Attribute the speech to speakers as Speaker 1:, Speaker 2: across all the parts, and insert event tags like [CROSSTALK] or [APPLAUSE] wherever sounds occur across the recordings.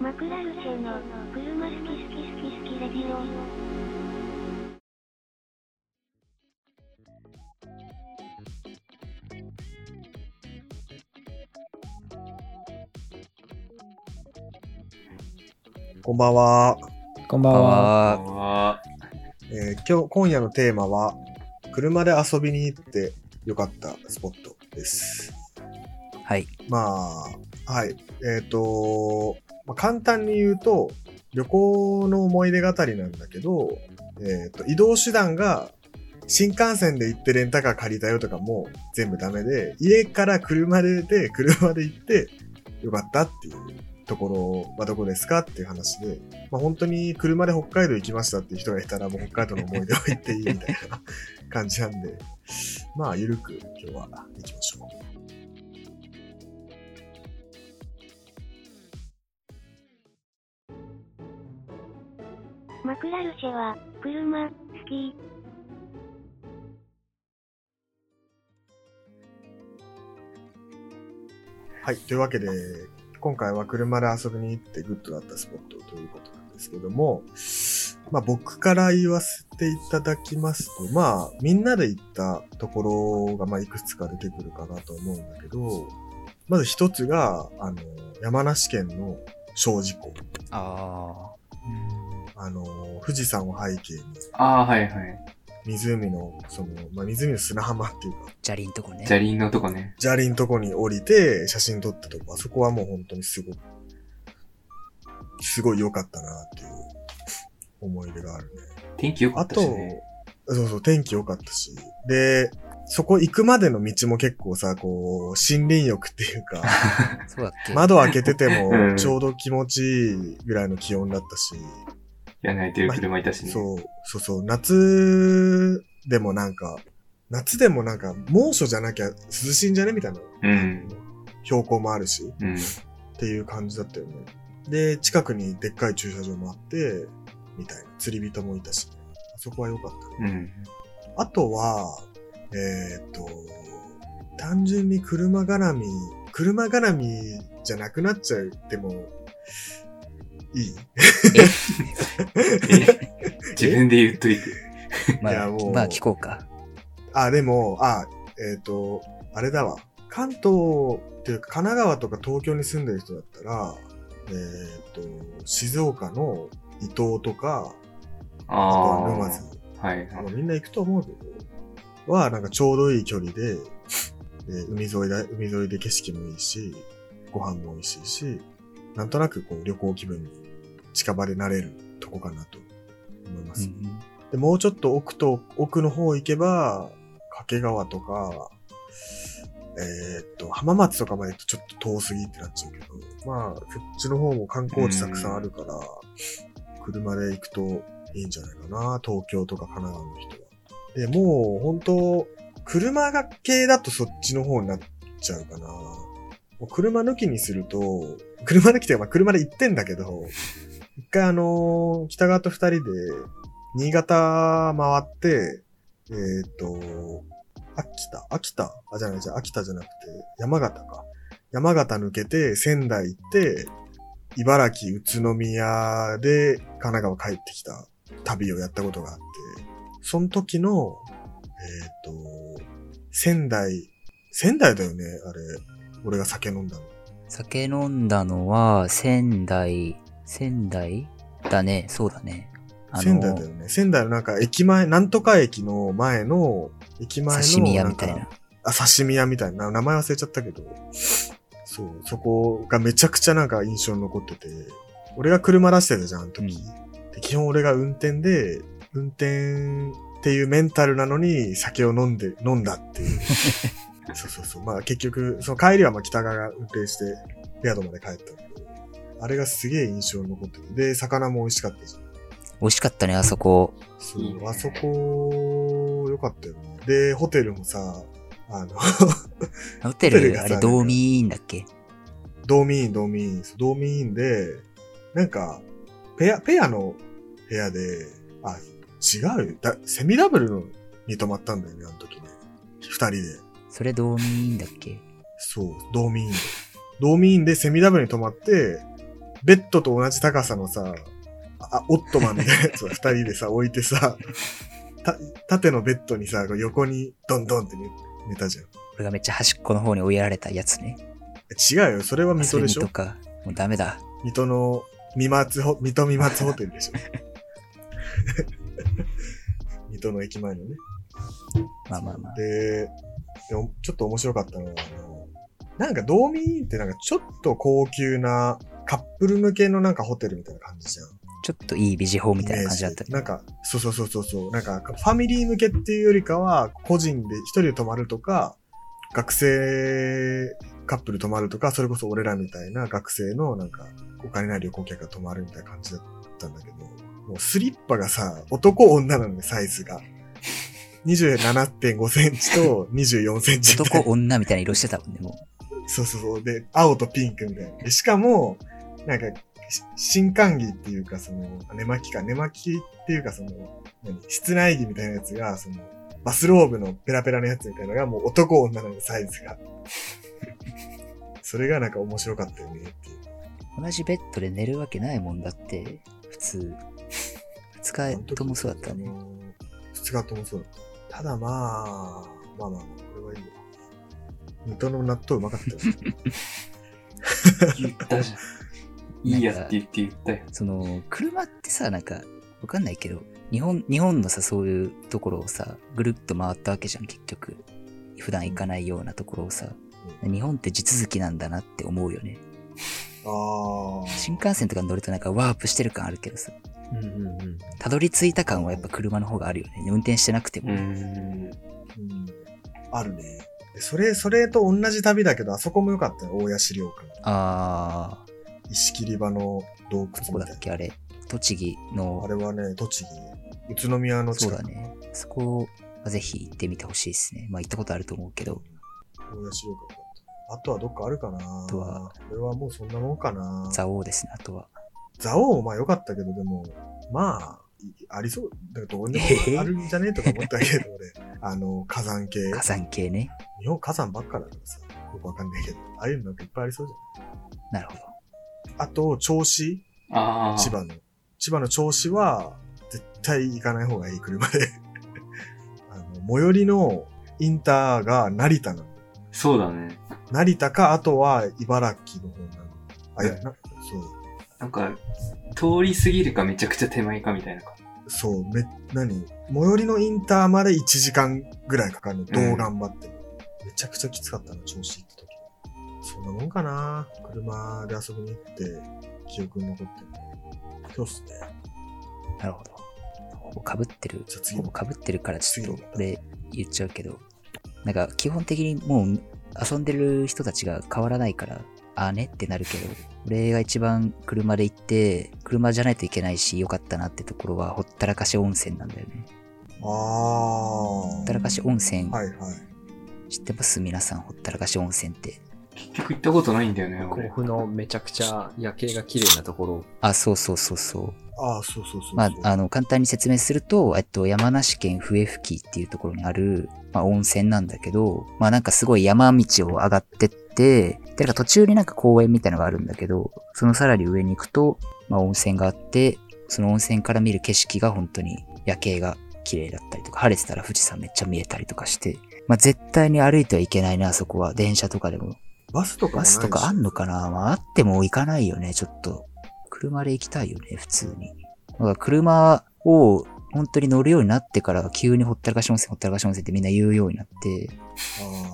Speaker 1: マクラルチェの車好き好き好き好きレディオ。
Speaker 2: こんばんは、
Speaker 3: こんばんは。
Speaker 4: あ
Speaker 5: あ
Speaker 2: えー今日、今夜のテーマは、車で遊びに行って良かったスポットです。
Speaker 4: あ、はい。
Speaker 2: まあ、はい。えっ、と、まあ簡単に言うと、旅行の思い出語りなんだけど、えっ、と、移動手段が、新幹線で行ってレンタカー借りたよとかも全部ダメで、家から車で出て、車で行って、よかったっていうところはどこですかっていう話で、まあ本当に車で北海道行きましたっていう人がいたら、もう北海道の思い出を言っていいみたいな感じなんで、まあ、ゆるく今日は行きましょう。
Speaker 1: マクラルチェは車好き。
Speaker 2: はい。というわけで、今回は車で遊びに行ってグッドだったスポットということなんですけども、まあ僕から言わせていただきますと、まあみんなで行ったところがまあいくつか出てくるかなと思うんだけど、まず一つが、あの、山梨県の小事故。
Speaker 4: あ
Speaker 2: あの、富士山を背景に、
Speaker 5: ああ、はいはい。
Speaker 2: 湖の、その、まあ湖の砂浜っていうか、
Speaker 4: あ、砂利んとこね。
Speaker 5: 砂利のとこね。
Speaker 2: 砂利のとこに降りて写真撮ったとこ、あそこはもう本当にすごい、すごい良かったなっていう思い出があるね。
Speaker 5: 天気良か
Speaker 2: あ
Speaker 5: った
Speaker 2: と、
Speaker 5: しね。
Speaker 2: そうそう、天気良かったし。で、そこ行くまでの道も結構さ、こう、森林浴っていう
Speaker 5: [LAUGHS]
Speaker 2: か、
Speaker 4: そうだっけ
Speaker 2: 窓開けてて
Speaker 5: う
Speaker 2: も
Speaker 5: ん
Speaker 2: ちょうど気持ちいいぐらいの気温だったし、
Speaker 5: 屋根開いてる車いたしね。
Speaker 2: そう、そうそう、夏でもなんか、夏でもなんか猛暑じゃなきゃ涼しいんじゃねみたいな。
Speaker 5: うん
Speaker 2: 標高もあるし。
Speaker 5: うん。
Speaker 2: っていう感じだったよね。で、近くにでっかい駐車場もあって、みたいな。釣り人もいたし、あそこは良かったね。
Speaker 5: うん。
Speaker 2: あとは、えーっと、単純に車絡み、車絡みじゃなくなっちゃっても、いい
Speaker 5: え自分で言っといて。
Speaker 4: ま
Speaker 2: いや
Speaker 4: あ、
Speaker 2: もう
Speaker 4: まあ聞こうか。
Speaker 2: あ、でも、あ、えっ、と、あれだわ。関東っていうか、神奈川とか東京に住んでる人だったら、えっ、と、静岡の伊東とか、あと
Speaker 5: ああ
Speaker 2: は。沼津
Speaker 5: はい
Speaker 2: あ
Speaker 5: は
Speaker 2: の
Speaker 5: い。
Speaker 2: みんな行くと思うけど、は、なんかちょうどいい距離で、で海沿いだ、海沿いで景色もいいし、ご飯も美味しいし、なんとなくこう旅行気分に近場でなれるとこかなと思いま
Speaker 4: う
Speaker 2: す。
Speaker 4: ん
Speaker 2: で、もうちょっと奥と、奥の方行けば、掛川とか、えーっと、浜松とかまで行くとちょっと遠すぎってなっちゃうけど、まあ、そっちの方も観光地たくさんあるから、車で行くといいんじゃないかな、東京とか神奈川の人は。で、もう、本当車が系だとそっちの方になっちゃうかな。もう車抜きにすると、車抜きっていうかまあ車で行ってんだけど、一回あのー北川と二人で、新潟回って、えーっ、と、秋田秋田あ、じゃないじゃない秋田じゃなくて、山形か。山形抜けて、仙台行って、茨城、宇都宮で神奈川帰ってきた旅をやったことがあって、その時の、えーっ、と、仙台、仙台だよね、あれ。俺が酒飲んだの。
Speaker 4: 酒飲んだのは、仙台、仙台だね、そうだね。
Speaker 2: 仙台だよね。仙台のなんか駅前、なんとか駅の前の、駅前の
Speaker 4: 刺身屋
Speaker 2: ん
Speaker 4: み
Speaker 2: か
Speaker 4: たいな。
Speaker 2: あ、刺身屋みたいな、名前忘れちゃったけど、そう、そこがめちゃくちゃなんか印象に残ってて、俺が車出してたじゃん、あの時。で基本俺が運転で、運転っていうメンタルなのに酒を飲んで、飲んだって
Speaker 5: [LAUGHS]
Speaker 2: いう。そうそうそう。まあ結局、その帰りはまあ北川が運転して、ベアドまで帰ったんだけど、あれがすげえ印象に残ってて、で、魚も美味しかったじゃん。
Speaker 4: 美味しかったね、あそこ。
Speaker 2: そう、
Speaker 5: いいね
Speaker 2: あそこ、良かったよね。で、ホテルもさ、あの、
Speaker 4: ホテ
Speaker 2: ホテル
Speaker 4: ル、
Speaker 2: が
Speaker 4: あ
Speaker 2: さ
Speaker 4: れ、ドーミーンだっけ
Speaker 2: ドーミーン、ドーミーン、そうドーミーンで、なんか、ペア、ペアの部屋で、あ、違うよ。だセミダブルのに泊まったんだよね、あの時ね。二人で。
Speaker 4: それドーミーンだっけ
Speaker 2: そう、ドーミーンで。ドーミーンでセミダブルに泊まって、ベッドと同じ高さのさ、あ、オットマンみたいなやつを二人でさ、置いてさ、た、縦のベッドにさ、こう横にドンドンって寝寝たじゃん。
Speaker 4: 俺がめっちゃ端っこの方に追いやられたやつね。
Speaker 2: 違うよ、それは水戸でし
Speaker 4: と
Speaker 2: ょ
Speaker 4: か。もうダメだ。
Speaker 2: 水戸の、三松ホ、水戸三松ホテルでしょ [LAUGHS] 水戸の駅前のね。
Speaker 4: まあまあまあ。
Speaker 2: で、でもちょっと面白かったのは、あの、なんかドーミーインってなんかちょっと高級なカップル向けのなんかホテルみたいな感じじゃん。
Speaker 4: ちょっといいビジ法みたいな感じだった
Speaker 2: イ
Speaker 4: け
Speaker 2: メージ
Speaker 4: ど。
Speaker 2: なんか、そうそうそうそうそう。なんか、ファミリー向けっていうよりかは、個人で一人で泊まるとか、学生カップル泊まるとか、それこそ俺らみたいな学生のなんか、お金ない旅行客が泊まるみたいな感じだったんだけど、もうスリッパがさ、男女なのね、サイズが。27.5センチと24センチみたいな。
Speaker 4: 男女みたいな色してたもんね、も
Speaker 2: そうそうそう。で、青とピンクみたいな。でしかも、なんか、し新歓着っていうか、その、寝巻きか、寝巻きっていうか、その、何、室内着みたいなやつが、その、バスローブのペラペラのやつみたいなのが、もう男女なのサイズが。それがなんか面白かったよねっていう。
Speaker 4: う。同じベッドで寝るわけないもんだって、普通。二日ともそうだったね。。
Speaker 2: 二日ともそうだった。ただまあ、まあまあ、これはいいよ。水戸の納豆うまか
Speaker 4: [LAUGHS]
Speaker 2: ったよ。
Speaker 5: 言ったじゃん。いいやって言って言ったよ。
Speaker 4: その、車ってさ、なんか、わかんないけど、日本、日本のさ、そういうところをさ、ぐるっと回ったわけじゃん、結局。普段行かないようなところをさ、日本って地続きなんだなって思うよね。
Speaker 2: ああ。
Speaker 4: 新幹線とかに乗るとなんかワープしてる感あるけどさ、
Speaker 2: うんうんうん。
Speaker 4: たどり着いた感はやっぱ車の方があるよね。運転してなくて
Speaker 5: う
Speaker 4: も。
Speaker 5: ーん。
Speaker 2: うん。あるね。でそれ、それと同じ旅だけど、あそこも良かったよ。大谷資料館。
Speaker 4: あー、
Speaker 2: 石切り場の洞窟
Speaker 4: どこ
Speaker 2: み
Speaker 4: だ
Speaker 2: たい
Speaker 4: っけあれ。栃木
Speaker 2: な。あ
Speaker 4: の
Speaker 2: れ、はね、栃木。宇都宮の
Speaker 4: そう
Speaker 2: 近
Speaker 4: だ
Speaker 2: く。
Speaker 4: ね。そこはぜひ行ってみてほしいですね。まあ行ったことあると思うけど。
Speaker 2: 大谷資料館だった。あとはどっかあるかな
Speaker 4: あとは。
Speaker 2: これはもうそんなもんかな。
Speaker 4: 蔵王ですね、あとは。
Speaker 2: 蔵王もまあ良かったけど、でも、まあ、いありそう。だからどうにもあるんじゃねえとか思ったけど、
Speaker 4: [LAUGHS]
Speaker 2: 俺。あの、火山系。
Speaker 4: 火山系ね。
Speaker 2: 日本火山ばっかだからさ。よくわかんないけど。ああいうのなんかいっぱいありそうじ
Speaker 4: なるほど。
Speaker 2: ゃん。あと、銚子
Speaker 5: ああ。
Speaker 2: 千葉の。千葉の銚子は、絶対行かない方がいい、車で。 [LAUGHS] あの、最寄りのインターが成田なの。
Speaker 5: そうだね。
Speaker 2: 成田か、あとは茨城の方なの。あ、いや、な、そう。
Speaker 5: なんか、通り過ぎるかめちゃくちゃ手前かみたいな感
Speaker 2: そう、め、何最寄りのインターまで1時間ぐらいかかるの。どう頑張っても。めちゃくちゃきつかったな、調子行った時。そんなもんかな車で遊びに行って、記憶に残ってる。そうっすね。
Speaker 4: なるほど。ほぼ被ってる
Speaker 2: じゃあ。次
Speaker 4: ほぼ被ってるからちょっ
Speaker 2: 次
Speaker 4: と
Speaker 2: の
Speaker 4: 俺言っちゃうけど、なんか基本的にもう遊んでる人たちが変わらないから、あーねってなるけど、俺が一番車で行って、車じゃないといけないし、よかったなってところは、ほったらかし温泉なんだよね。
Speaker 2: あ
Speaker 4: ほっ
Speaker 2: ー
Speaker 4: た。らかし温泉、
Speaker 2: はいはい。
Speaker 4: 知ってます皆さん、ほったらかし温泉って。
Speaker 5: じ。結局行ったことないんだよね、
Speaker 3: 甲
Speaker 5: 俺。
Speaker 3: 府のめちゃくちゃ夜景が綺麗なところ。
Speaker 4: あ、そうそうそうそう。
Speaker 2: ああ、そうそうそうそう。
Speaker 4: まあ、あの、簡単に説明すると、えっと、山梨県笛吹っていうところにある、まあ、温泉なんだけど、まあ、なんかすごい山道を上がってって、で、なんか途中になんか公園みたいのがあるんだけど、そのさらに上に行くと、まあ、温泉があって、その温泉から見る景色が本当に夜景が綺麗だったりとか、晴れてたら富士山めっちゃ見えたりとかして、まあ、絶対に歩いてはいけないな、あそこは。電車とかでも。
Speaker 2: バスとかも
Speaker 4: バ
Speaker 2: ないし
Speaker 4: スとかあんのかなまあ、あっても行かないよね、ちょっと。車で行きたいよね、普通に。だから車を本当に乗るようになってから、急にほったらかし温泉、ほったらかし温泉ってみんな言うようになって、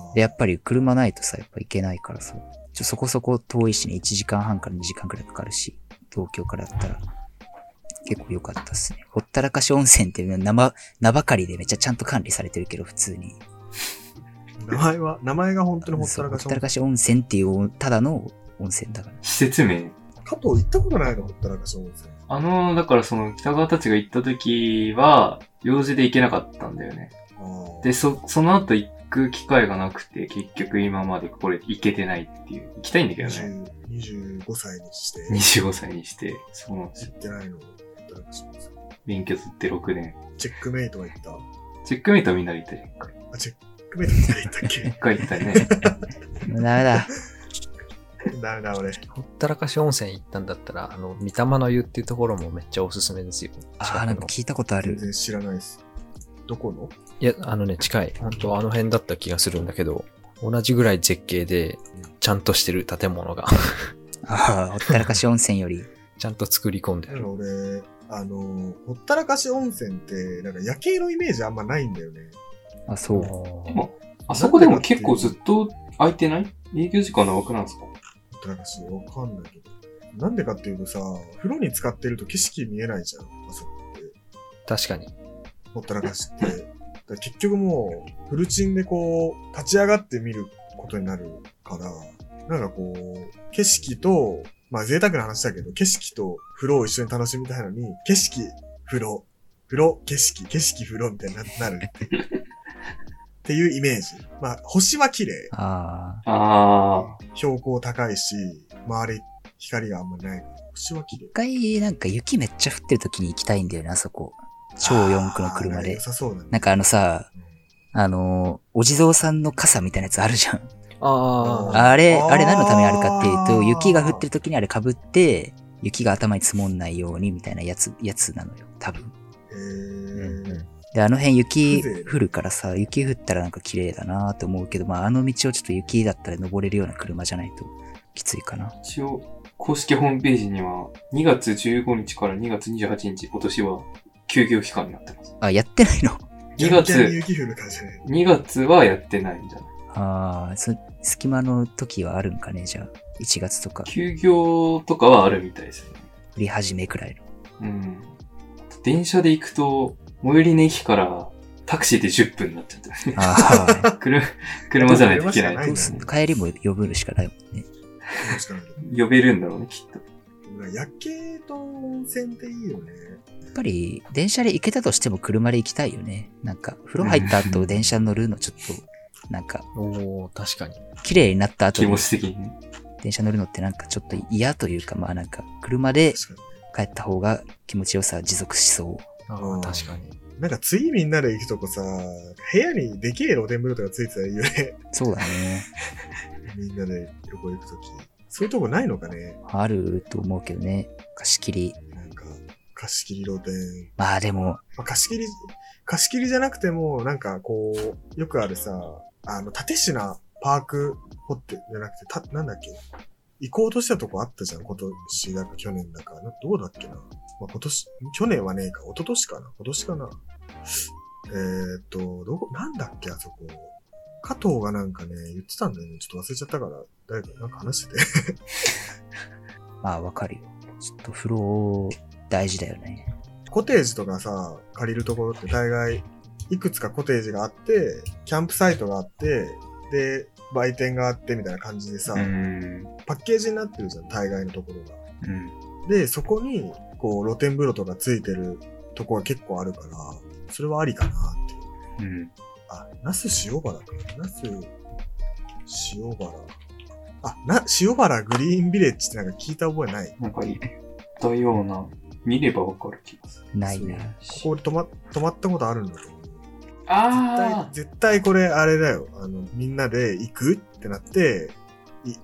Speaker 2: あー
Speaker 4: で、やっぱり車ないとさ、やっぱ行けないからさ、ちょそこそこ遠いしね、1時間半から2時間くらいかかるし、東京からだったら。結構良かったっすね。ほったらかし温泉っていうのは生、名ばかりでめっちゃちゃんと管理されてるけど、普通に。
Speaker 2: 名前は、名前が本当にほった
Speaker 4: そう
Speaker 2: ら
Speaker 4: ほ
Speaker 2: か
Speaker 4: っ
Speaker 2: した
Speaker 4: らかし温泉っていう、ただの温泉だから。
Speaker 5: 施設名。
Speaker 2: 加藤行ったことないのほったらかし温泉。
Speaker 5: あの、だからその北川たちが行った時は、用事で行けなかったんだよね。
Speaker 2: ああ。
Speaker 5: で、そ、その後行く機会がなくて、結局今までこれ行けてないっていう。行きたいんだけどね。
Speaker 2: 20 25歳にして、
Speaker 5: 25歳にして、そうなんです
Speaker 2: 行
Speaker 5: よ。
Speaker 2: ってないのほったらかし温泉。
Speaker 5: 免許取って6年。
Speaker 2: チェックメイトは行った
Speaker 5: チェックメイトはみんなで行ったじゃん一回。
Speaker 4: [LAUGHS]
Speaker 2: あ、チェックメイトって言ったっけ
Speaker 5: 一回行ったよね。
Speaker 4: ダメだ。
Speaker 2: ダメだ、俺。
Speaker 3: ほったらかし温泉行ったんだったら、あの、三玉の湯っていうところもめっちゃおすすめですよ。近
Speaker 4: あ
Speaker 3: く
Speaker 4: あ、
Speaker 3: の
Speaker 4: なんか聞いたことあ
Speaker 2: 全
Speaker 4: る。
Speaker 2: 然知らないです。どこの
Speaker 3: いや、あのね、近い。本当あの辺だった気がするんだけど、同じぐらい絶景で、ちゃんとしてる建物が、 [LAUGHS]
Speaker 4: ああ、ほったらかし温泉より。
Speaker 3: ちゃんと作り込んであ
Speaker 2: なん
Speaker 3: る
Speaker 2: か。俺、あの、ほったらかし温泉って、なんか夜景のイメージあんまないんだよね。
Speaker 4: あ、そう。
Speaker 5: でもあそこでも結構
Speaker 2: なんでかっ
Speaker 5: ずっ
Speaker 2: て
Speaker 5: と空いてない営業時間の枠なんですか
Speaker 2: ほったらかし、わかんないけど。なんでかっていうとさ、風呂に使ってると景色見えないじゃん、あそこって。
Speaker 3: 確かに。
Speaker 2: ほったらかしって。だから結局もう、フルチンでこう、立ち上がって見ることになるから、なんかこう、景色と、まあ贅沢な話だけど、景色と風呂を一緒に楽しみたいのに、景色、風呂、風呂、景色、景色、風呂みたいにななるっていう。っていうイメージ。まあ、星は綺麗。
Speaker 4: あ
Speaker 5: ああ。
Speaker 2: 標高高いし、周り光があんまりないから、星は綺麗
Speaker 4: あ。一。回、なんか雪めっちゃ降ってる時に行きたいんだよね、あそこ。超四駆の車
Speaker 2: あー
Speaker 4: で
Speaker 2: 良。さそうだね。
Speaker 4: なんかあのさ、
Speaker 2: うん
Speaker 4: あの、お地蔵さんの傘みたいなやつあるじゃん。
Speaker 3: ああ、
Speaker 4: あれ、
Speaker 2: あー
Speaker 4: あれ何のためにあるかっていうと、雪が降ってる時にあれ被って、雪が頭に積もんないようにみたいなやつ、やつなのよ、多分。
Speaker 2: え
Speaker 3: うん
Speaker 2: ー
Speaker 3: うん
Speaker 4: で、あの辺雪
Speaker 2: 風情
Speaker 4: 降るからさ、雪降ったらなんか綺麗だなと思うけど、まああの道をちょっと雪だったら登れるような車じゃないときついかな。
Speaker 5: 一応、公式ホームページには、2月15日から2月28日、今年は休業期間になってます。
Speaker 4: あ、やってないの
Speaker 5: 2
Speaker 2: ギャンギャンに
Speaker 5: 月、
Speaker 2: 雪降る感じじゃない。
Speaker 5: 2月はやってないんじゃない
Speaker 4: ああ、そ、隙間の時はあるんかね、じゃあ。1月とか、
Speaker 5: 休業とかはあるみたいですね。
Speaker 4: 降り始めくらいの。
Speaker 5: うん。電車で行くと、最寄りの駅からタクシーで10分になっちゃってますね [LAUGHS]
Speaker 4: あ
Speaker 5: 車、車じゃないといけ
Speaker 4: あ、
Speaker 5: ない
Speaker 4: どうすんの帰りも呼ぶしかないもんね。
Speaker 2: そうしかないけど
Speaker 5: 呼べるんだろうね、きっと。
Speaker 2: なんか夜景と温泉っていいよね。
Speaker 4: やっぱり、電車で行けたとしても車で行きたいよね。なんか、風呂入った後電車に乗るのちょっと、なんか、
Speaker 3: おお確かに。
Speaker 4: 綺麗になった後
Speaker 5: 気
Speaker 4: に
Speaker 5: 持ち的にね。
Speaker 4: 電車乗るのってなんかちょっと嫌というか、まあなんか、車で
Speaker 2: 確か
Speaker 4: 帰った方が気持ちよさ持続しそう。
Speaker 3: あ
Speaker 2: う
Speaker 3: あ、
Speaker 2: ん
Speaker 3: 確かに。
Speaker 2: に。なんか次みんなで行くとこさ、部屋にでけえ露天風呂とかついてたらいいよね。 [LAUGHS]
Speaker 4: そうだね。
Speaker 2: みんなで旅行行くとき。そういうとこないのかね
Speaker 4: あると思うけどね。貸し切り。
Speaker 2: なんか、貸し切り露天。
Speaker 4: まあでも、
Speaker 2: まあ、貸し切り、貸し切りじゃなくても、なんかこう、よくあるさ、あの、立科パークホテルじゃなくて、た、なんだっけ行こうとしたとこあったじゃん、今年だか去年だか。などうだっけな。まあ、今年、去年はねえか、一昨年かな、今年かな。えー、っと、どこ、なんだっけ、あそこ。加藤がなんかね、言ってたんだよね。ちょっと忘れちゃったから、誰かなんか話してて。
Speaker 4: まあわかるよ。ちょっと風呂、大事だよね。
Speaker 2: コテージとかさ、借りるところって大概、いくつかコテージがあって、キャンプサイトがあって、で、売店があってみたいな感じでさ、
Speaker 5: うん。
Speaker 2: パッケージになってるじゃん、大概のところが。
Speaker 5: うん。
Speaker 2: で、そこに、こう、露天風呂とかついてるとこが結構あるから、それはありかなっていう。
Speaker 5: うん。
Speaker 2: あ、那須塩原か。那須塩原。あ、な、塩原グリーンビレッジってなんか聞いた覚えない
Speaker 5: なんかいったような、見ればわかる気がする。
Speaker 4: ないな。
Speaker 2: ここで泊ま、泊まったことあるんだと思う。絶対
Speaker 5: あ、
Speaker 2: 絶対これあれだよ。あの、みんなで行くってなって、い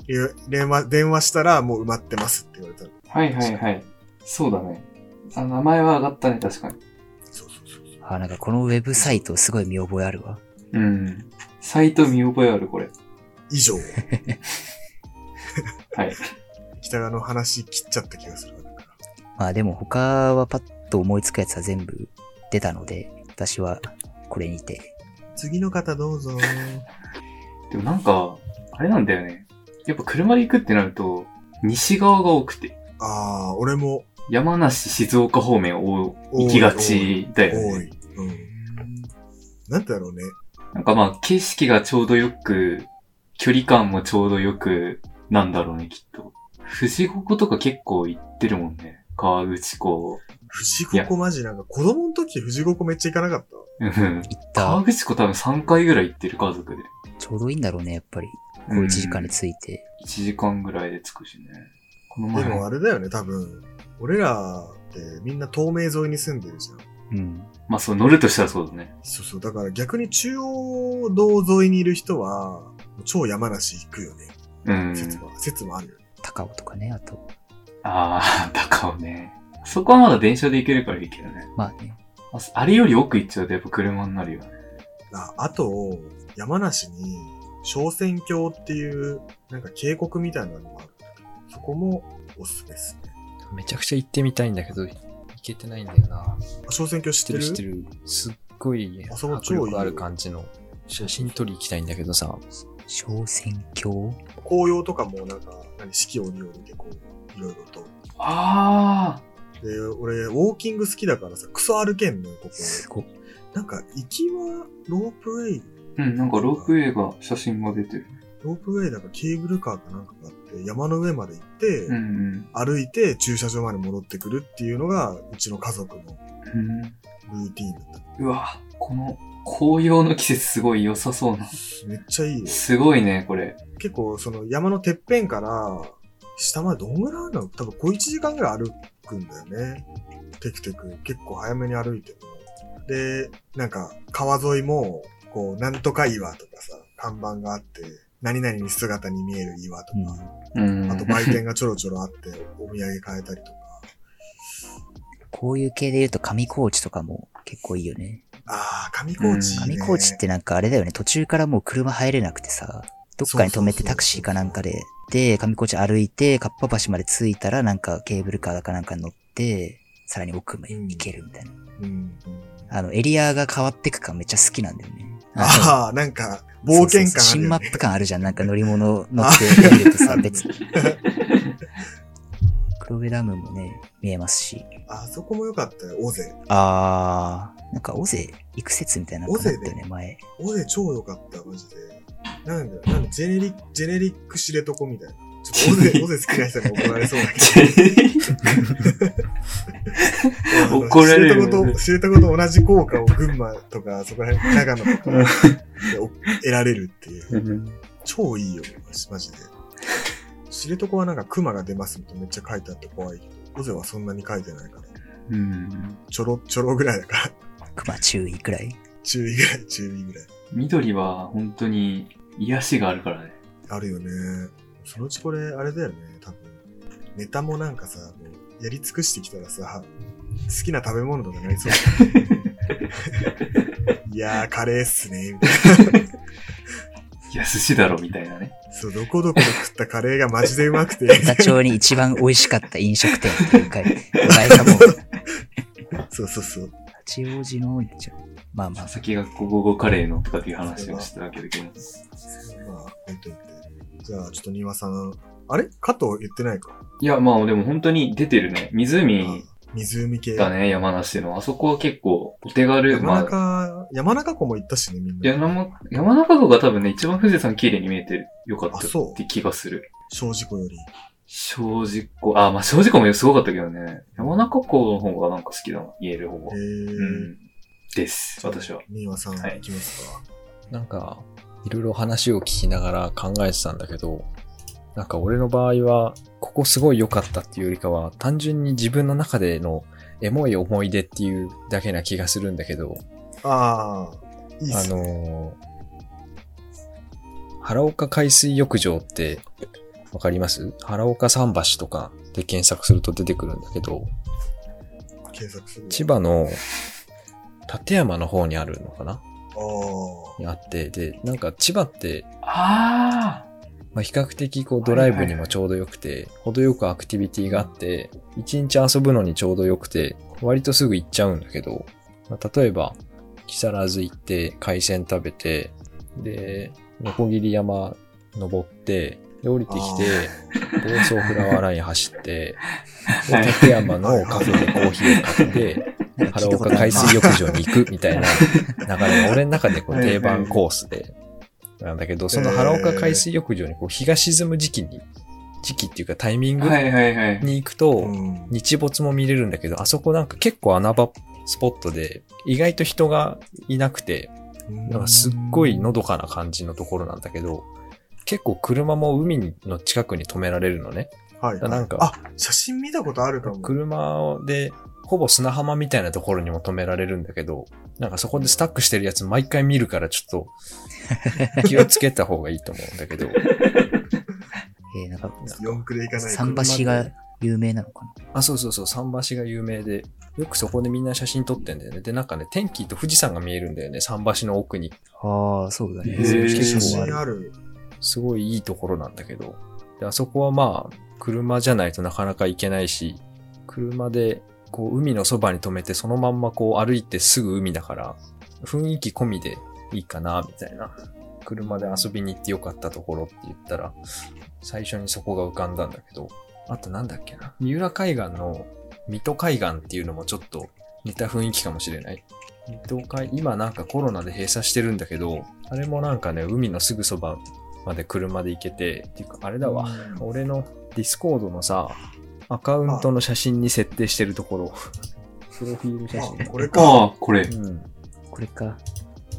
Speaker 2: 電話、電話したらもう埋まってますって言われたの。
Speaker 5: はいはいはい。そうだね。あ名前は上がったね、確かに。
Speaker 2: そうそうそうそう。
Speaker 4: あ、なんかこのウェブサイトすごい見覚えあるわ。
Speaker 5: うん。サイト見覚えある、これ。
Speaker 2: 以 [LAUGHS] 上、
Speaker 5: はい。
Speaker 2: 北川の話切っちゃった気がするわ。なんか
Speaker 4: まあでも他はパッと思いつくやつは全部出たので、私はこれにて。
Speaker 2: 次の方どう [LAUGHS] ぞ。
Speaker 5: でもなんか、あれなんだよね。やっぱ車で行くってなると、西側が多くて、
Speaker 2: あー、俺も
Speaker 5: 山梨、静岡方面を
Speaker 2: 多い
Speaker 5: 行きがちだ
Speaker 2: 多
Speaker 5: よね。
Speaker 2: い。うん。なんだろうね。
Speaker 5: なんかまあ、景色がちょうどよく、距離感もちょうどよく、なんだろうね、きっと。富士五湖とか結構行ってるもんね。川口湖。
Speaker 2: 富士五湖マジなんか子供の時富士五湖めっちゃ行かなかった。
Speaker 5: うん
Speaker 4: 行っ
Speaker 5: 川
Speaker 4: た。
Speaker 5: 口湖多分3回ぐらい行ってる家族で。
Speaker 4: ちょうどいいんだろうね、やっぱり。こう1時間について。
Speaker 5: 1時間ぐらいで着くしね。この
Speaker 2: で
Speaker 5: 前。
Speaker 2: もあれだよね、多分。俺らってみんな東名沿いに住んでるじゃん。
Speaker 4: うん。
Speaker 5: まあそう、乗るとしたらそうだね。
Speaker 2: そうそう、だから逆に中央道沿いにいる人は、超山梨行くよね。
Speaker 5: うん。
Speaker 2: 説も、説もあるよね。
Speaker 4: 高尾とかね、あと。
Speaker 5: ああ、高尾ね。そこはまだ電車で行けるからいいけどね。
Speaker 4: まあね。
Speaker 5: ああれより奥行っちゃうとやっぱ車になるよね。
Speaker 2: ああと、山梨に、小仙峡っていう、なんか渓谷みたいなのがあるんだけど、そこもおすすめですね。
Speaker 3: めちゃくちゃ行ってみたいんだけど、行けてないんだよな。
Speaker 2: あ小仙峡知
Speaker 3: 知
Speaker 2: っ
Speaker 3: ってて
Speaker 2: る
Speaker 3: る知ってる。すっごい
Speaker 2: あそこ超い
Speaker 3: 迫
Speaker 2: いよ
Speaker 3: 力ある感じの写真撮り行きたいんだけどさ、
Speaker 4: 小仙峡
Speaker 2: 紅葉とかもなんか、何、四季折々でこう、いろいろと。
Speaker 5: あ
Speaker 2: で、俺、ウォーキング好きだからさ、クソ歩けんのよ、ここ。
Speaker 4: すごっ。
Speaker 2: なんか、行きは、ロープウェイ、
Speaker 5: あうん、なんかロープウェイが写真が出てる。
Speaker 2: ロープウェイだからケーブルカーかなんかがあって、山の上まで行って、
Speaker 5: うんうん
Speaker 2: 歩いて駐車場まで戻ってくるっていうのが、うちの家族の
Speaker 5: うん。
Speaker 2: ルーティーンだった。
Speaker 5: うわ、この紅葉の季節すごい良さそうな。
Speaker 2: めっちゃいいよ。
Speaker 5: すごいね、これ。
Speaker 2: 結構、その山のてっぺんから、下までどんぐらいあるの多分小1時間ぐらい歩くんだよね。テクテク。結構早めに歩いても。で、なんか、川沿いも、こう、なんとか岩とかさ、看板があって、何々に姿に見える岩とか、
Speaker 4: うん
Speaker 5: うん。
Speaker 2: あと売店がちょろちょろあって、お土産買えたりとか。
Speaker 4: こういう系で言うと上高地とかも結構いいよね。
Speaker 2: あー、上高地いいね、
Speaker 4: 上高地ってなんかあれだよね、途中からもう車入れなくてさ、どっかに止めてタクシーかなんかで、で、上高地歩いて、かっぱ橋まで着いたらなんかケーブルカーかなんかに乗って、さらに奥まで行けるみたいな。
Speaker 2: うん。
Speaker 4: あの、エリアが変わってく感めっちゃ好きなんだよね。
Speaker 2: ああ、なんか、冒険感
Speaker 4: そうそうそう
Speaker 2: ある
Speaker 4: 新
Speaker 2: よ
Speaker 4: マ
Speaker 2: ね。
Speaker 4: ップ感あ
Speaker 2: [LAUGHS]
Speaker 4: るじゃん。なんか乗り物乗って見るとさ、別に。黒部ダムもね、見えますし。
Speaker 2: あそこも良かったよ、尾瀬。
Speaker 4: あー、なんか尾瀬行く説みたいなのあったよ
Speaker 2: 尾瀬
Speaker 4: ね、前。
Speaker 2: 尾瀬超良かった、マジで。なんだなんだジェネリック、ジェネリック知床みたいな。ちょっと尾
Speaker 4: [LAUGHS]
Speaker 2: 瀬、尾瀬好きな人に怒られそうだけど。
Speaker 5: 怒られる
Speaker 2: 知床と、知床と同じ効果を群馬とか、そこら辺、長野とかでお得られるっていう。超いいよ、マジで。知床はなんか熊が出ますみたいなめっちゃ書いてあって怖いけど、尾瀬はそんなに書いてないから。
Speaker 5: うん。
Speaker 2: ちょろ、ちょろぐらいだから。
Speaker 4: 熊注意くらい。
Speaker 2: 注意ぐらい、注意ぐらい。
Speaker 5: 緑は本当に癒しがあるからね。
Speaker 2: あるよね。そのうちこれ、あれだよね、多分。ネタもなんかさ、もうやり尽くしてきたらさ、好きな食べ物とかなりそうだねいやー、カレーっすね、みたい
Speaker 5: いや、寿司だろ、みたいなね。
Speaker 2: な。そう、どこどこで食ったカレーがマジでうまくて、
Speaker 4: ダチョウに一番美味しかった飲食店っていう回。お題がもう、
Speaker 2: そうそうそう。
Speaker 4: 八王子の多いんじゃん。まあまあ
Speaker 5: 佐、々木が午後カレーのとかっていう話をしてたわけだけど。
Speaker 2: まあ、置いといて。じゃあ、ちょっと庭さん、あれ加藤言ってないか
Speaker 5: いや、まあでも本当に出てるね。湖
Speaker 2: 湖系。
Speaker 5: だね、山梨の。あそこは結構お手軽。
Speaker 2: 山
Speaker 5: まあ、
Speaker 2: 中、山中湖も行ったしね、みんな。
Speaker 5: 山山中湖が多分ね、一番富士山綺麗に見えてよかった
Speaker 2: あそう
Speaker 5: って気がする。
Speaker 2: 正直湖より。
Speaker 5: 正直湖、あ、まあ正直湖もすごかったけどね。山中湖の方がなんか好きだな、見える方が
Speaker 2: え。
Speaker 5: う
Speaker 2: ー。
Speaker 5: ん。です、私は。
Speaker 2: ミワさん、
Speaker 5: はい
Speaker 2: 行きますか。
Speaker 3: なんか、いろいろ話を聞きながら考えてたんだけど、なんか俺の場合は、ここすごい良かったっていうよりかは、単純に自分の中でのエモい思い出っていうだけな気がするんだけど、
Speaker 2: ああ、いいっ
Speaker 3: あ
Speaker 2: すね。
Speaker 3: のー原岡海水浴場って、わかります原岡桟橋とかで検索すると出てくるんだけど、
Speaker 2: 検索する。
Speaker 3: 千葉の館山の方にあるのかな
Speaker 2: ああ、
Speaker 3: にあって、で、なんか千葉って、
Speaker 5: あ
Speaker 3: まあ、比較的こうドライブにもちょうどよくて、程よくアクティビティがあって、一日遊ぶのにちょうどよくて、割とすぐ行っちゃうんだけど、まあ、例えば、木更津行って海鮮食べて、で、ノコギリ山登って、で、降りてきて、房総フラワーライン走
Speaker 4: [LAUGHS]
Speaker 3: って、で
Speaker 5: はい
Speaker 3: 立山のカフェでコーヒーを買って、
Speaker 4: なん [LAUGHS] か聞
Speaker 3: 原
Speaker 4: いたこ
Speaker 3: 岡
Speaker 4: とあ
Speaker 3: 海
Speaker 4: るな。
Speaker 3: 水浴場に行くみたいな流れ、俺の中でこう定番コースで、なんだけど、その原岡海水浴場にこう日が沈む時期に、時期っていうかタイミン
Speaker 5: あ
Speaker 3: グ
Speaker 5: はいはいはい。
Speaker 3: に行くと
Speaker 2: う、ん。
Speaker 3: 日没も見れるんだけど、あそこなんか結構穴場スポットで、意外と人がいなくて、なんかすっごいのどかな感じのところなんだけど、結構車も海の近くに止められるのね。
Speaker 2: はい。
Speaker 3: なんか
Speaker 2: あ、写真見たことあるかも。
Speaker 3: 車で、ほぼ砂浜みたいなところにも止められるんだけど、なんかそこでスタックしてるやつ毎回見るからちょっと気をつけた方がいいと思うんだけど、
Speaker 4: えー、なんか、
Speaker 2: 四駆で行かないと
Speaker 4: 桟橋が有名なのかな。
Speaker 3: あ、そうそうそう、桟橋が有名で、よくそこでみんな写真撮ってんだよね。で、なんかね、天気と富士山が見えるんだよね、桟橋の奥に。
Speaker 4: ああ、そうだね。
Speaker 5: へー
Speaker 4: そういう
Speaker 2: 写
Speaker 4: 結構ある
Speaker 2: 真ある。
Speaker 3: すごいいいところなんだけど。で、あそこはまあ、車じゃないとなかなか行けないし、車で、こう、海のそばに止めて、そのまんまこう歩いてすぐ海だから、雰囲気込みでいいかな、みたいな。車で遊びに行ってよかったところって言ったら、最初にそこが浮かんだんだけど、あとなんだっけな。三浦海岸の水戸海岸っていうのもちょっと似た雰囲気かもしれない。水戸海、今なんかコロナで閉鎖してるんだけど、あれもなんかね、海のすぐそばまで車で行けて、っていうかあれだわ、
Speaker 2: うん
Speaker 3: 俺のディスコードのさ、アカウントの写真に設定してるところ。プロフィール写
Speaker 2: あ、
Speaker 3: 真。
Speaker 2: これ
Speaker 5: あ
Speaker 2: か。
Speaker 5: あ、これ。
Speaker 3: うん。
Speaker 4: これか。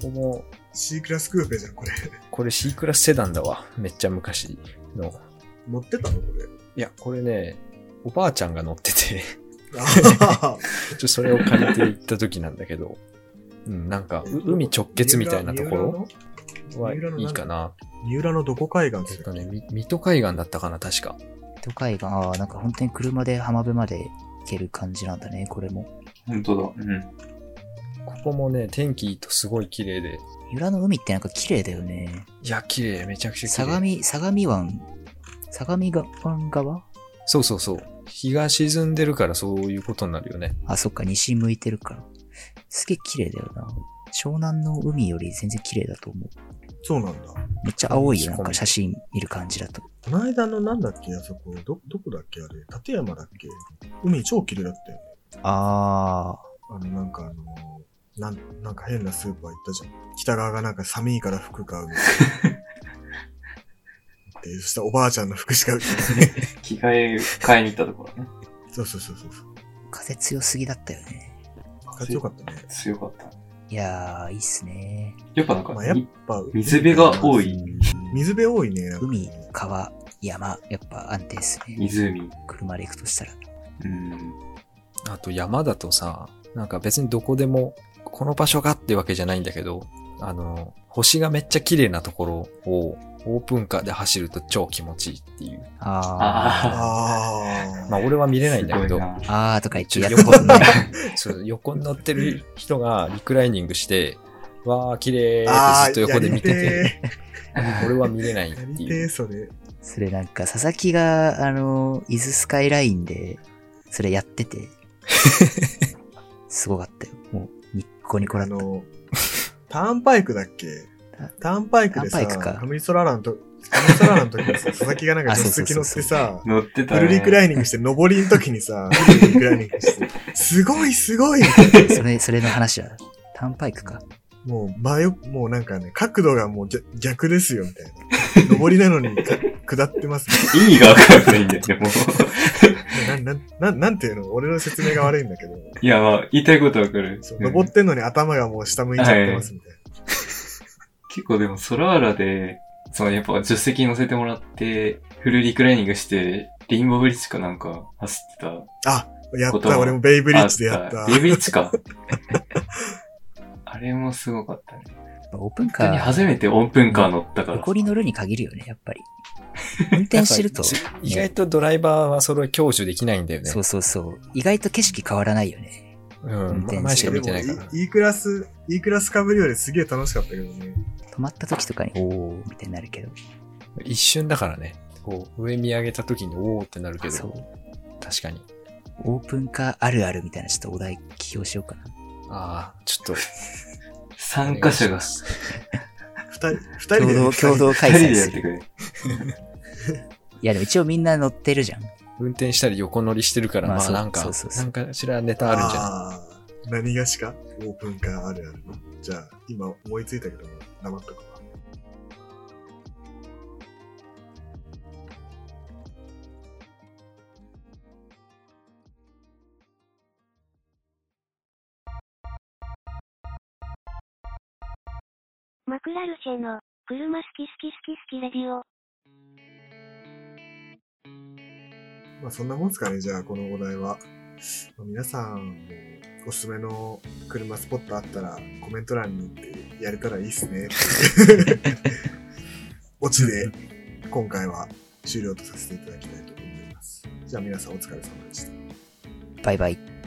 Speaker 3: ここも、
Speaker 2: C クラスクーペじゃん、これ。 [LAUGHS]
Speaker 3: これ C クラスセダンだわ。めっちゃ昔の。
Speaker 2: 乗ってたのこれ。
Speaker 3: いや、これね、おばあちゃんが乗ってて、
Speaker 2: あー
Speaker 3: ちょっとそれを借りて行った時なんだけど、うん、なんか、 [LAUGHS] う海直結みたいなところは
Speaker 2: 三
Speaker 3: い
Speaker 2: 浦の
Speaker 3: いかな。
Speaker 2: 三浦のどこ海岸
Speaker 3: え
Speaker 2: で
Speaker 3: っ
Speaker 2: す
Speaker 3: と
Speaker 2: か
Speaker 3: ね、み水戸海岸だったかな、確か。
Speaker 4: 都会が、ああ、なんか本当に車で浜辺まで行ける感じなんだね、これも。
Speaker 5: 本当だ。うん。
Speaker 3: ここもね、天気いいとすごい綺麗で、
Speaker 4: 由良の海ってなんか綺麗だよね。
Speaker 3: いや、綺麗、めちゃくちゃ綺麗。
Speaker 4: 相模、相模湾、相模湾側
Speaker 3: そうそうそう。日が沈んでるからそういうことになるよね。
Speaker 4: あ、そっか、西向いてるから。すげえ綺麗だよな。湘南の海より全然綺麗だと思う。
Speaker 2: そうなんだ。
Speaker 4: めっちゃ青いよ、なんか写真見る感じだと。
Speaker 2: この間のなんだっけ、あそこ。ど、どこだっけあれ。立山だっけ海超綺麗だったよね。
Speaker 4: あ
Speaker 2: あの、なんかあのーなん、なんか変なスーパー行ったじゃん。北側がなんか寒いから服買うみたい
Speaker 3: [LAUGHS]
Speaker 2: な。で、そしたらおばあちゃんの服しか売ってない。
Speaker 5: 着替え、買いに行ったところね。
Speaker 2: そうそうそうそう。
Speaker 4: あ、風強すぎだったよね。
Speaker 2: かっちよかったね。
Speaker 5: 強かった。
Speaker 4: いやー、いいっすね。
Speaker 5: やっぱなんか、
Speaker 2: まあ、やっ
Speaker 5: い
Speaker 2: ぱ、
Speaker 5: 水辺が多い。
Speaker 2: 水辺多いね。なんか
Speaker 4: 海
Speaker 2: ね、
Speaker 4: 川、山、やっぱ安定っすね。
Speaker 5: 湖。
Speaker 4: 車で行くとしたら。
Speaker 5: うん。
Speaker 3: あと山だとさ、なんか別にどこでも、この場所がってわけじゃないんだけど、あの、星がめっちゃ綺麗なところをオープンカーで走ると超気持ちいいっていう。
Speaker 4: あ
Speaker 5: あ
Speaker 2: あー。
Speaker 3: まあ俺は見れ
Speaker 5: あ。
Speaker 3: ないんだけど、
Speaker 5: すごい
Speaker 4: ー、あーとか言って
Speaker 3: ちょ
Speaker 4: や
Speaker 3: っ
Speaker 4: った
Speaker 3: と
Speaker 4: こ
Speaker 3: 横
Speaker 4: と
Speaker 3: に
Speaker 4: ない。
Speaker 3: そう横に乗ってる人がリクライニングして、わー綺麗
Speaker 2: あ
Speaker 3: ってずっと横で見てて、
Speaker 2: て。
Speaker 3: 俺は見れないっ
Speaker 2: やり
Speaker 3: て
Speaker 2: て
Speaker 3: い
Speaker 2: え、
Speaker 3: う。
Speaker 2: それ。
Speaker 4: それなんか、佐々木が、あの、伊豆スカイラインで、それやってて、すごかったよ。もう、ニッコニコだ
Speaker 2: あ
Speaker 4: った。
Speaker 2: の、ターンパイクだっけターンパイクでさ、
Speaker 4: ターンパイクか
Speaker 2: カムリソララのと、カムリソララの時にさ、佐々木がなんか
Speaker 4: あ
Speaker 2: 助
Speaker 4: そう
Speaker 2: 手
Speaker 4: そう
Speaker 2: 席
Speaker 4: そ
Speaker 2: 乗
Speaker 4: う
Speaker 2: ってさ、
Speaker 5: 乗
Speaker 4: そう
Speaker 5: ってた
Speaker 2: フ
Speaker 5: ね。
Speaker 2: ルリクライニングして、上りの時にさ、フルリクライニングして、すごいすごいみたい
Speaker 4: それ、それの話だ。ターンパイクか。
Speaker 2: な。もう、真よ、もうなんかね、角度がもう逆逆ですよ、みたいな。上りなのにか下ってます、
Speaker 5: 意味がわかんないんだよね、もう。
Speaker 2: ね。な、な、ななんていうの俺の説明が悪いんだけど、
Speaker 5: いや、まあ、言いたいことわかる。
Speaker 2: そう
Speaker 5: うん
Speaker 2: 登ってんのに頭がもう下向いちゃってます、みたいな。
Speaker 5: 結構でも、ソラーラで、そのやっぱ助手席に乗せてもらって、フルリクライニングして、リンボーブリッジかなんか走ってた。
Speaker 2: やっ
Speaker 5: ことは
Speaker 2: た、俺もベイブリッジでやった
Speaker 5: あ。ベイブリッジか。 [LAUGHS] あれもすごかったね。
Speaker 4: やっぱオープンカ
Speaker 5: 本当に
Speaker 4: ー、
Speaker 5: 初めてオープンカー乗ったから。
Speaker 4: 横に乗るに限るよね、やっぱり。運転してると、
Speaker 3: なんか意外とドライバーはそれを享受できないんだよね。
Speaker 4: そうそうそう。意外と景色変わらないよね。
Speaker 3: うん、
Speaker 4: 運転手
Speaker 3: ま前しか見てないから。
Speaker 2: でも E- E クラス、E クラス被るよりすげえ楽しかったけどね。
Speaker 4: 止まった時とかに、おー、みたいになるけど。
Speaker 3: 一瞬だからね。こう、上見上げた時に、おーってなるけ
Speaker 4: そう
Speaker 3: ど、。確かに。
Speaker 4: オープンカーあるあるみたいな、ちょっとお題起用しようかな。
Speaker 3: ああ、ちょっと。
Speaker 5: 参加者
Speaker 3: お願
Speaker 5: が
Speaker 3: いします
Speaker 2: 二人、二人
Speaker 4: 共
Speaker 2: で、
Speaker 4: 同、共同開
Speaker 5: 二人
Speaker 4: 催
Speaker 5: でやっ
Speaker 4: す
Speaker 5: て
Speaker 4: る。
Speaker 5: くれ。
Speaker 4: いや、でも一応みんな乗ってるじゃん。
Speaker 3: 運転したり横乗りしてるから、
Speaker 4: まあ
Speaker 3: まあ
Speaker 4: そう
Speaker 3: なんか、
Speaker 4: そうそうそう
Speaker 3: なんかしらネタあるんじゃ
Speaker 2: あ
Speaker 3: ない
Speaker 2: ー何がしかオープンカーあるある。じゃあ、今思いついたけども、黙っとくわ。
Speaker 1: マクラルシェの車好き好き好き好きレディオ。
Speaker 2: まあそんなもんすかね、じゃあこのお題は。まあ皆さんもおすすめの車スポットあったらコメント欄に行って
Speaker 3: [LAUGHS]
Speaker 2: やれたらいいっすね。オチで今回は終了とさせていただきたいと思います。じゃあ皆さんお疲れ様でした。
Speaker 4: バイバイ。